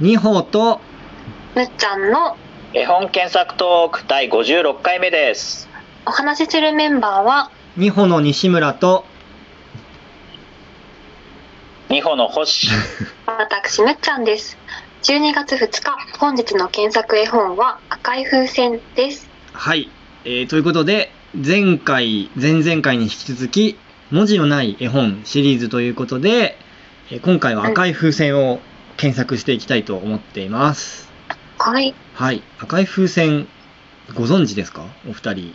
二歩とむっちゃんの絵本検索トーク第56回目です。お話しするメンバーは二歩の西村と二歩の星。私むっちゃんです12月2日本日の検索絵本は赤い風船ですはい、えーということで前回前々回に引き続き文字のない絵本シリーズということで、えー今回は赤い風船を検索していきたいと思っていますはいはい赤い風船ご存知ですかお二人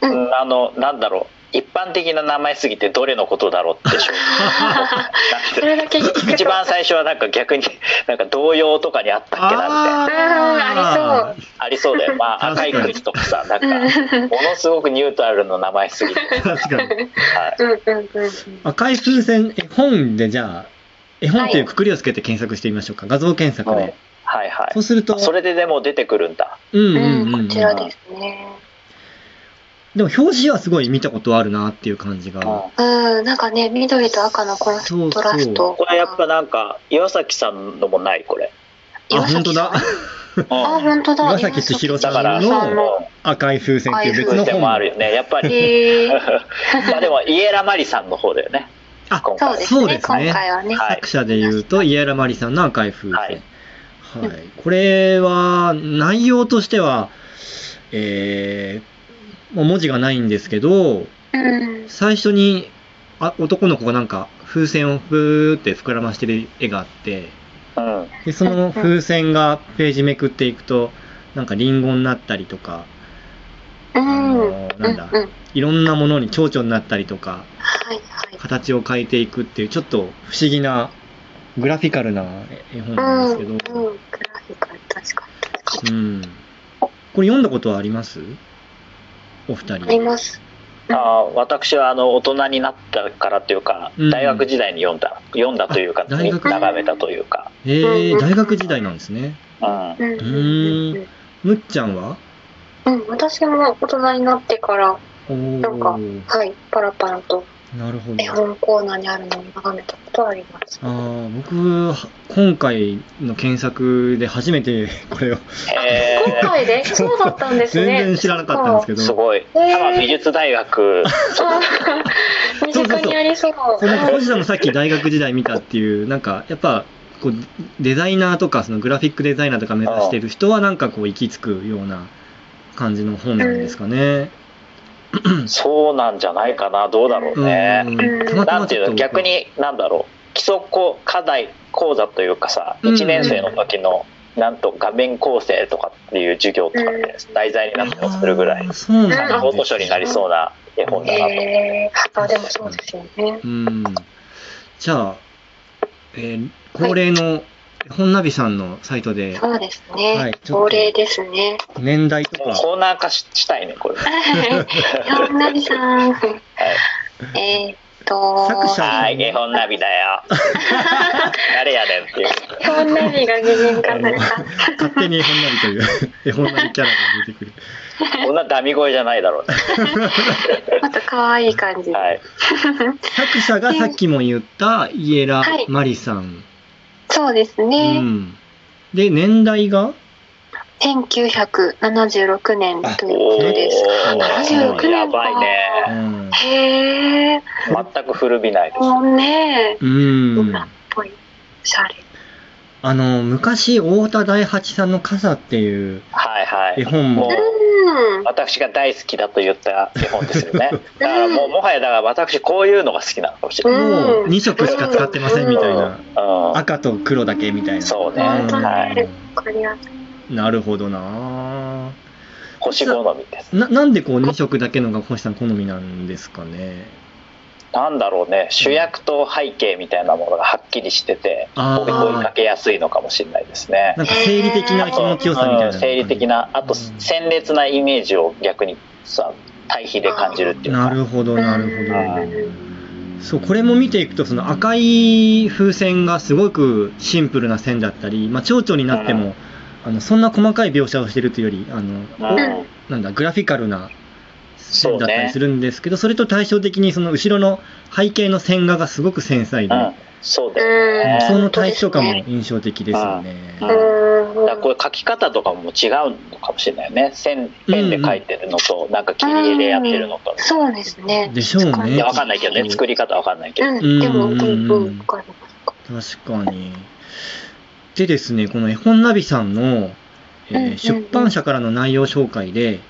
うんあの、なんだろう。一般的な名前すぎてどれのことだろうって正そ直れだけ聞く と一番最初はなんか逆に、 なんか童謡とかにあったっけなみたいな。あーうんあありそうだよ。ま確あ、か赤にい口とかさ、なんうか、んものすごくニュートラルの名前すぎて。確かにはい。うんうんうん赤い風船絵本でじゃあ絵本というくくりをつけて検索してみましょうか画像検索で、はいはいはいそうするとそれででも出てくるんだ。うんううんんうん、うんこちらですねでも表紙はすごい見たことあるなっていう感じがうんなんかね緑と赤のコントラストこれやっぱなんか、岩崎さんのもない、これ。あ本当だうんあ本当だ岩崎千尋さだから、ん岩崎さのんのの、赤い風船っていう別風の船本もあるよね。やっぱり、へー まあでも、イエラマリさんの方だよね。あ今そう回ですねそうですね今回はね、はい作者で言うと家ラマリさんの赤い風船、ははいいこれは内容としては、えーもう文字がないんですけどうん最初にあ男の子がなんか風船をふーって膨らましてる絵があってうん。でその風船がページめくっていくとなんかリンゴになったりとかうあんのなんだうんうん、いろんなものに蝶々になったりとかはいはい形を変えていくっていうちょっと不思議なグラフィカルな絵本なんですけうんど、うん、グラフィカル確かに確かに、うん、これ読んだことはありますお二人ありますああ私はあの大人になったからっていうか、うん大学時代に読んだ読んだというかあ大学眺めたというか、えー、大学時代なんですねうん、うんうんうんむっちゃんはうん、うん、私も大人になってからおーなんかはいパラパラとなるほ絵ど本コーナーにあるのを眺めたことはありますあー僕は今回の検索で初めてこれをえ今 回でそうだったんです全ね然知らなかったんですけー、どすごいー多摩美術大学そっかあー身近にありそうこの講師さんもさっき大学時代見たっていう、なんかやっぱこうデザイナーとかそのグラフィックデザイナーとか目指してる人はなんかこう行き着くような感じの本なんですかね。そうなんじゃないかなどうだろうね、うんたまたなまんちてょっいうとの逆になんだろう基礎こ課題講座というかさうん1年生の時のなんと画面構成とかっていう授業とかで題材になったりするぐらいあーそうなん参だ考図書になりそうな絵本だなと。えー、あでもそうですよねうん。じゃあ、えー恒例の本ナビさんのサイトでそうですね、はいちょっと恒例ですね年代ともうか、コーナー化ししたいねこれ。はい、ナビさん。えーっと、作者はい、絵本ナビだ よ。誰やねんっていう。ヨンナビが擬人化された。勝手に絵本ナビという 絵本ナビキャラが出てくる。こんなダミ声じゃないだろうね。また可愛い感じ。はい。作者がさっきも言ったイエラ・はいマリさん。そうですうね。ん、で年代が1976年というこおとです。 76お。年かやばいね。ん、へえ、全く古びないです。もうね、うん、今っぽい。おしゃれ。あの昔太田大八さんの「傘」っていうはいは絵い。本ももうん。私が大好きだと言った絵本ですよね。だからもうもはやだから私こういうのが好きなのかもしれない。もううん2色しか使ってませんみたいなうん。うん赤と黒だけみたいなそうね本当にはあいる。これは。うんなるほどな星好みです。ななんでこう2色だけのが星さん好みなんですかねなんだろうね。主役と背景みたいなものがはっきりしてて、あ追いかあけやすいのかもしれないですね。なんか生理的な気持ちよさみたいなうん、生理的なあとうん鮮烈なイメージを逆にさ対比で感じるっていうなかるほどなるほどうんそうこれも見ていくとその赤い風船がすごくシンプルな線だったり、まあ、蝶々になっても、あのそんな細かい描写をしてるというよりあの、うんなんだグラフィカルな線だったそうりねするんですけどそ,、れと対照的にその後ろの背景の線画がすごく繊細で、うんそうだよね。そのだか対比とかもそうで印象的ですよね。うんうん。らこれ書き方とかも違うのかもしれないよね。線ペンで書いてるのと、なんか切り絵でやってるのと。そうですね。でしょうね確かにんいや、わかんないけどね。作り方わかんないけど。うん、でも、ううんん、うん、わかります。確かに。でですね、この絵本ナビさんの、えーうんうんうん出版社からの内容紹介で、えー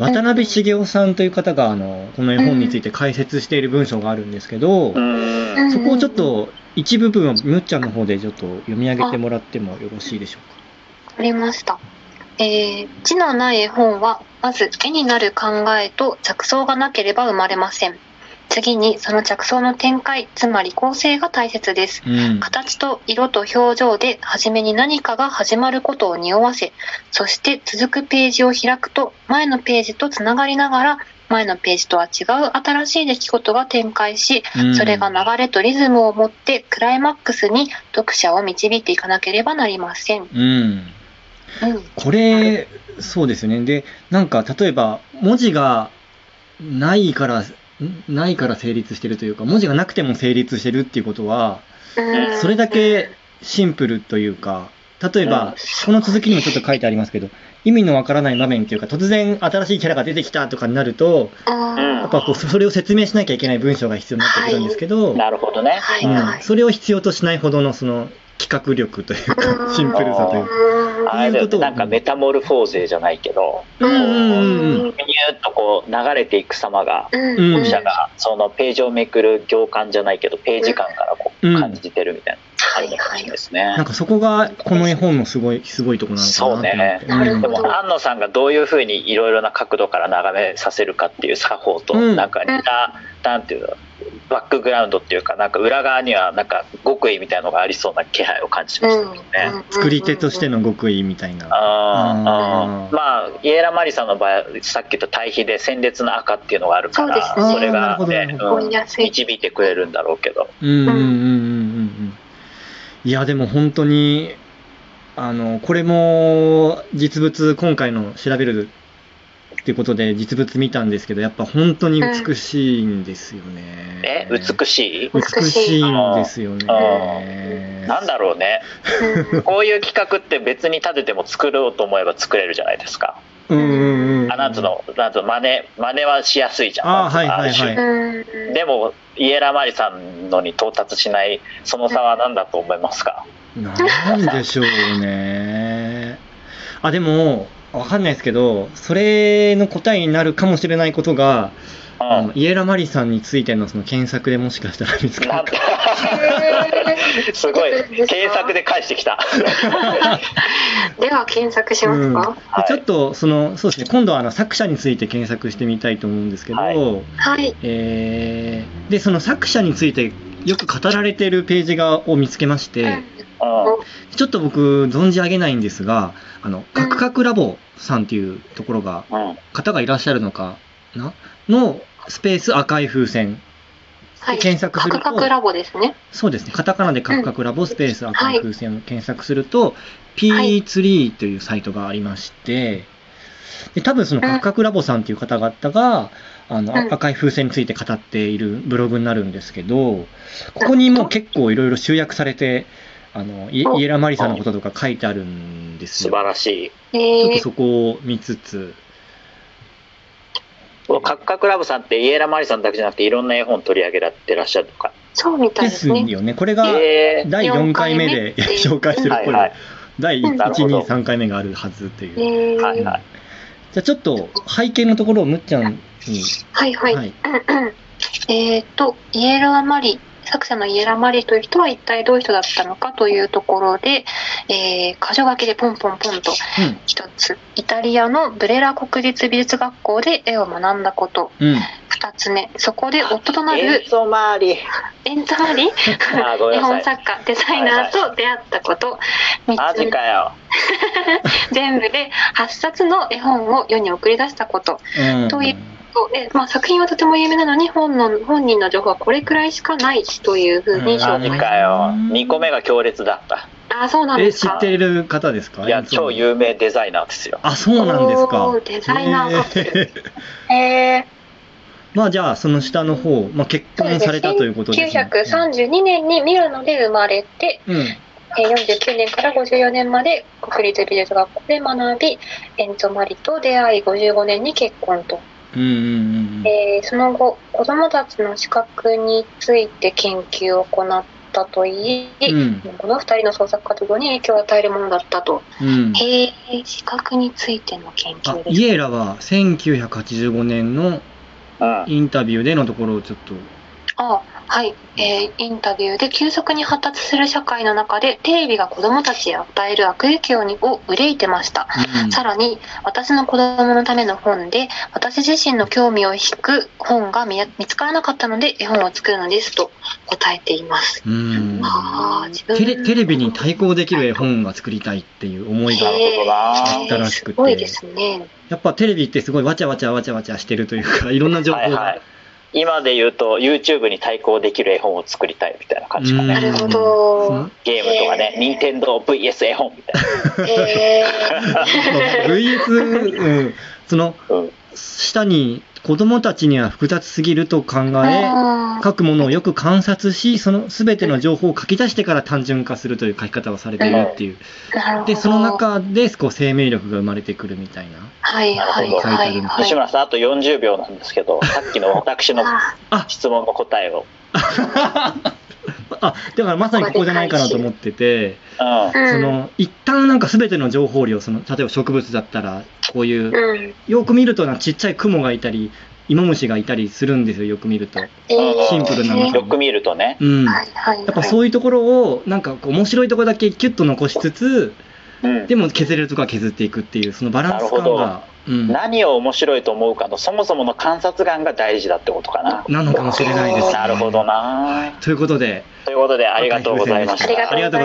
渡辺茂雄さんという方があのこの絵本について解説している文章があるんですけど、うん。うんそこをちょっと一部分をむっちゃんの方でちょっと読み上げてもらってもよろしいでしょうわかりました。えー字のない絵本は、まず絵になる考えと着想がなければ生まれません。次に、その着想の展開、つまり構成が大切です。か。うん形と色と表情で初めに何かが始まることを匂わせそして続くページを開くと前のページとつながりながら前のページとは違う新しい出来事が展開しうんそれが流れとリズムを持ってクライマックスに読者を導いていかなければなりません。うんうんこれ、そうですよね。で、なんか、例えば、文字がないから、んないから成立してるというか、文字がなくても成立してるっていうことは、うんそれだけシンプルというか、例えば、この続きにもちょっと書いてありますけど、意味のわからない場面というか、突然新しいキャラが出てきたとかになると、うんやっぱこう、それを説明しなきゃいけない文章が必要になってくるんですけど、なるほどね。はいはうん、い。それを必要としないほどの、その、企画力といううか、んシンプルさというか。うんあれだよということね、なんかメタモルフォーゼじゃないけど、うんうんうんうん。ニューっとこう流れていく様が、うんうん読者がそのページをめくる行間じゃないけど、ページ感からこうんう感じてるみたいな、はあるいのかもはしれないい。ですね なん。かそこがこの絵本のすごい、すごいとこなのかなって思って。そうねうんなでるほども、安野さんがどういうふうにいろいろな角度から眺めさせるかっていう作法と、うんなんか似た、なんていうの、バックグラウンドっていうか、なんか裏側には、なんか極意みたいなのがありそうな気配を感じましたけどね。作り手としての極意みたいな。うんあーあーまあイエラ・マリさんの場合さっきと対比で鮮烈な赤っていうのがあるかそらうでそすねれあーなるがほどなね、るほどうん導いてくれるんだろうけどうんうんうんうんうんうん。いや、でも本当に、あの、これも実物、今回の調べるっていうことで実物見たんですけど、やっぱ本当に美しいんですよねえ。美しい、美しいんですよあね。なんだろうねうんこういう企画って別に立てても作ろうと思えば作れるじゃないですか、うんうんうん。あなんつうのなんつうの真似真似はしやすいじゃんあーなんつうのはいはいはいある種うんでもイエラ・マリさんのに到達しないその差は何だと思いますか、なんでしょうね。あ、でも、わかんないですけど、それの答えになるかもしれないことが、うあんのイエラ・マリさんについてのその検索でもしかしたら見つかるなん か。すごい検索で返してき たでは検索しますうんか、ではいちょっと、その、そうですね、今度はあの作者について検索してみたいと思うんですけど、はいはい。えーで、その作者についてよく語られているページがを見つけまして、うんちょっと僕、存じ上げないんですが、あの、カクカクラボさんっていうところがうん方がいらっしゃるのかなのスペース赤い風船。はい、検索するとカクカクラボですね。そうですね。カタカナでカクカクラボスペース赤い風船を検索すると、はい P3 というサイトがありまして、で多分そのカクカクラボさんという方々が、あの、うん赤い風船について語っているブログになるんですけど、ここにもう結構いろいろ集約されて、あの、イイエラマリさんのこととか書いてあるんです素よ。晴らしちょっえとー、そこを見つつ、い。カッカクラブさんってイエラ・マリさんだけじゃなくていろんな絵本取り上げらってらっしゃるとか。そうみたいでですすね。よね。これが、えー第4回目で紹介してるっぽい、はいはい第うん1、なるほど2、3回目があるはずっていう。えーはいじはゃいあちょっと背景のところをむっちゃんに、はいはい。はいうんうんえっ、と、イエラマリ、作者のイエラマリという人は一体どういう人だったのかというところで、えー、箇条書きでポンポンポンと一つ、イタリアのブレラ国立美術学校で絵を学んだこと、うん、うん、二つ目、そこで夫となる演奏周り。エントマ リあーごめ日んな本さい。作家デザイナーと出会ったこと三マつジ目かよ。全部で8冊の絵本を世に送り出したことうん。というとで、まあ、作品はとても有名なのに本の本人の情報はこれくらいしかないというふうにマ紹ジ介、かよ。2個目が強烈だった。ああそうなんでえ、す知かっている方ですかいや、超う。有名デザイナーですよ。あ、そうなんですかお。ーデザイナーカップルへーえまあじゃあその下の方、まあ、結婚されたということですね。 1932年にミラノで生まれて、うん、えー49年から54年まで国立美術学校で学び、エンツォ・マリと出会い55年に結婚と。うんうんうんうんえーその後、子供たちの資格について研究を行ったといい、うんこの二人の創作活動に影響を与えるものだったと。うんへえ、資格についての研あ究です。イエーラは1985年のうんインタビューでのところをちょっとあはい、えーインタビューで急速に発達する社会の中でテレビが子どもたちへ与える悪影響にを憂いてましたうんさらに私の子どものための本で私自身の興味を引く本が見や見つからなかったので絵本を作るのですと答えています、うんあー自分テレテレビに対抗できる絵本が作りたいっていう思いがなるほどなあったらしくてすごいですねやっぱテレビってすごいわちゃわちゃわちゃわちゃしてるというかい ろんな情報はいが、はい今で言うと YouTube に対抗できる絵本を作りたいみたいな感じかうんなねるほど、ゲームとかねへー任天堂 VS 絵本みたいえ そう VS、うん、そのな、うん、下に子供たちには複雑すぎると考ー、えあー書くものをよく観察しその全ての情報を書き出してから単純化するという書き方をされているっていうなるほどでその中でこう生命力が生まれてくるみたいなはいはいはいはい吉村さんあと40秒なんですけどさっきの私のああ質問の答えを、あだからまさにここじゃないかなと思っててうんうんその一旦なんか全ての情報量その例えば植物だったらこういううんよく見るとなちっちゃい雲がいたり芋虫がいたりするんですよよく見ると。えーシンプルなのよく見るとね、うんはいはいやっぱうそういうところをなんかこう面白いところだけキュッと残しつつうんでも削れるとこは削っていくっていうそのバランス感が、うん、な何を面白いと思うかのそもそもの観察眼が大事だってことかな、のかもしれないです、ね。なるほどなということでということでありがとうございましありがとうございましたた。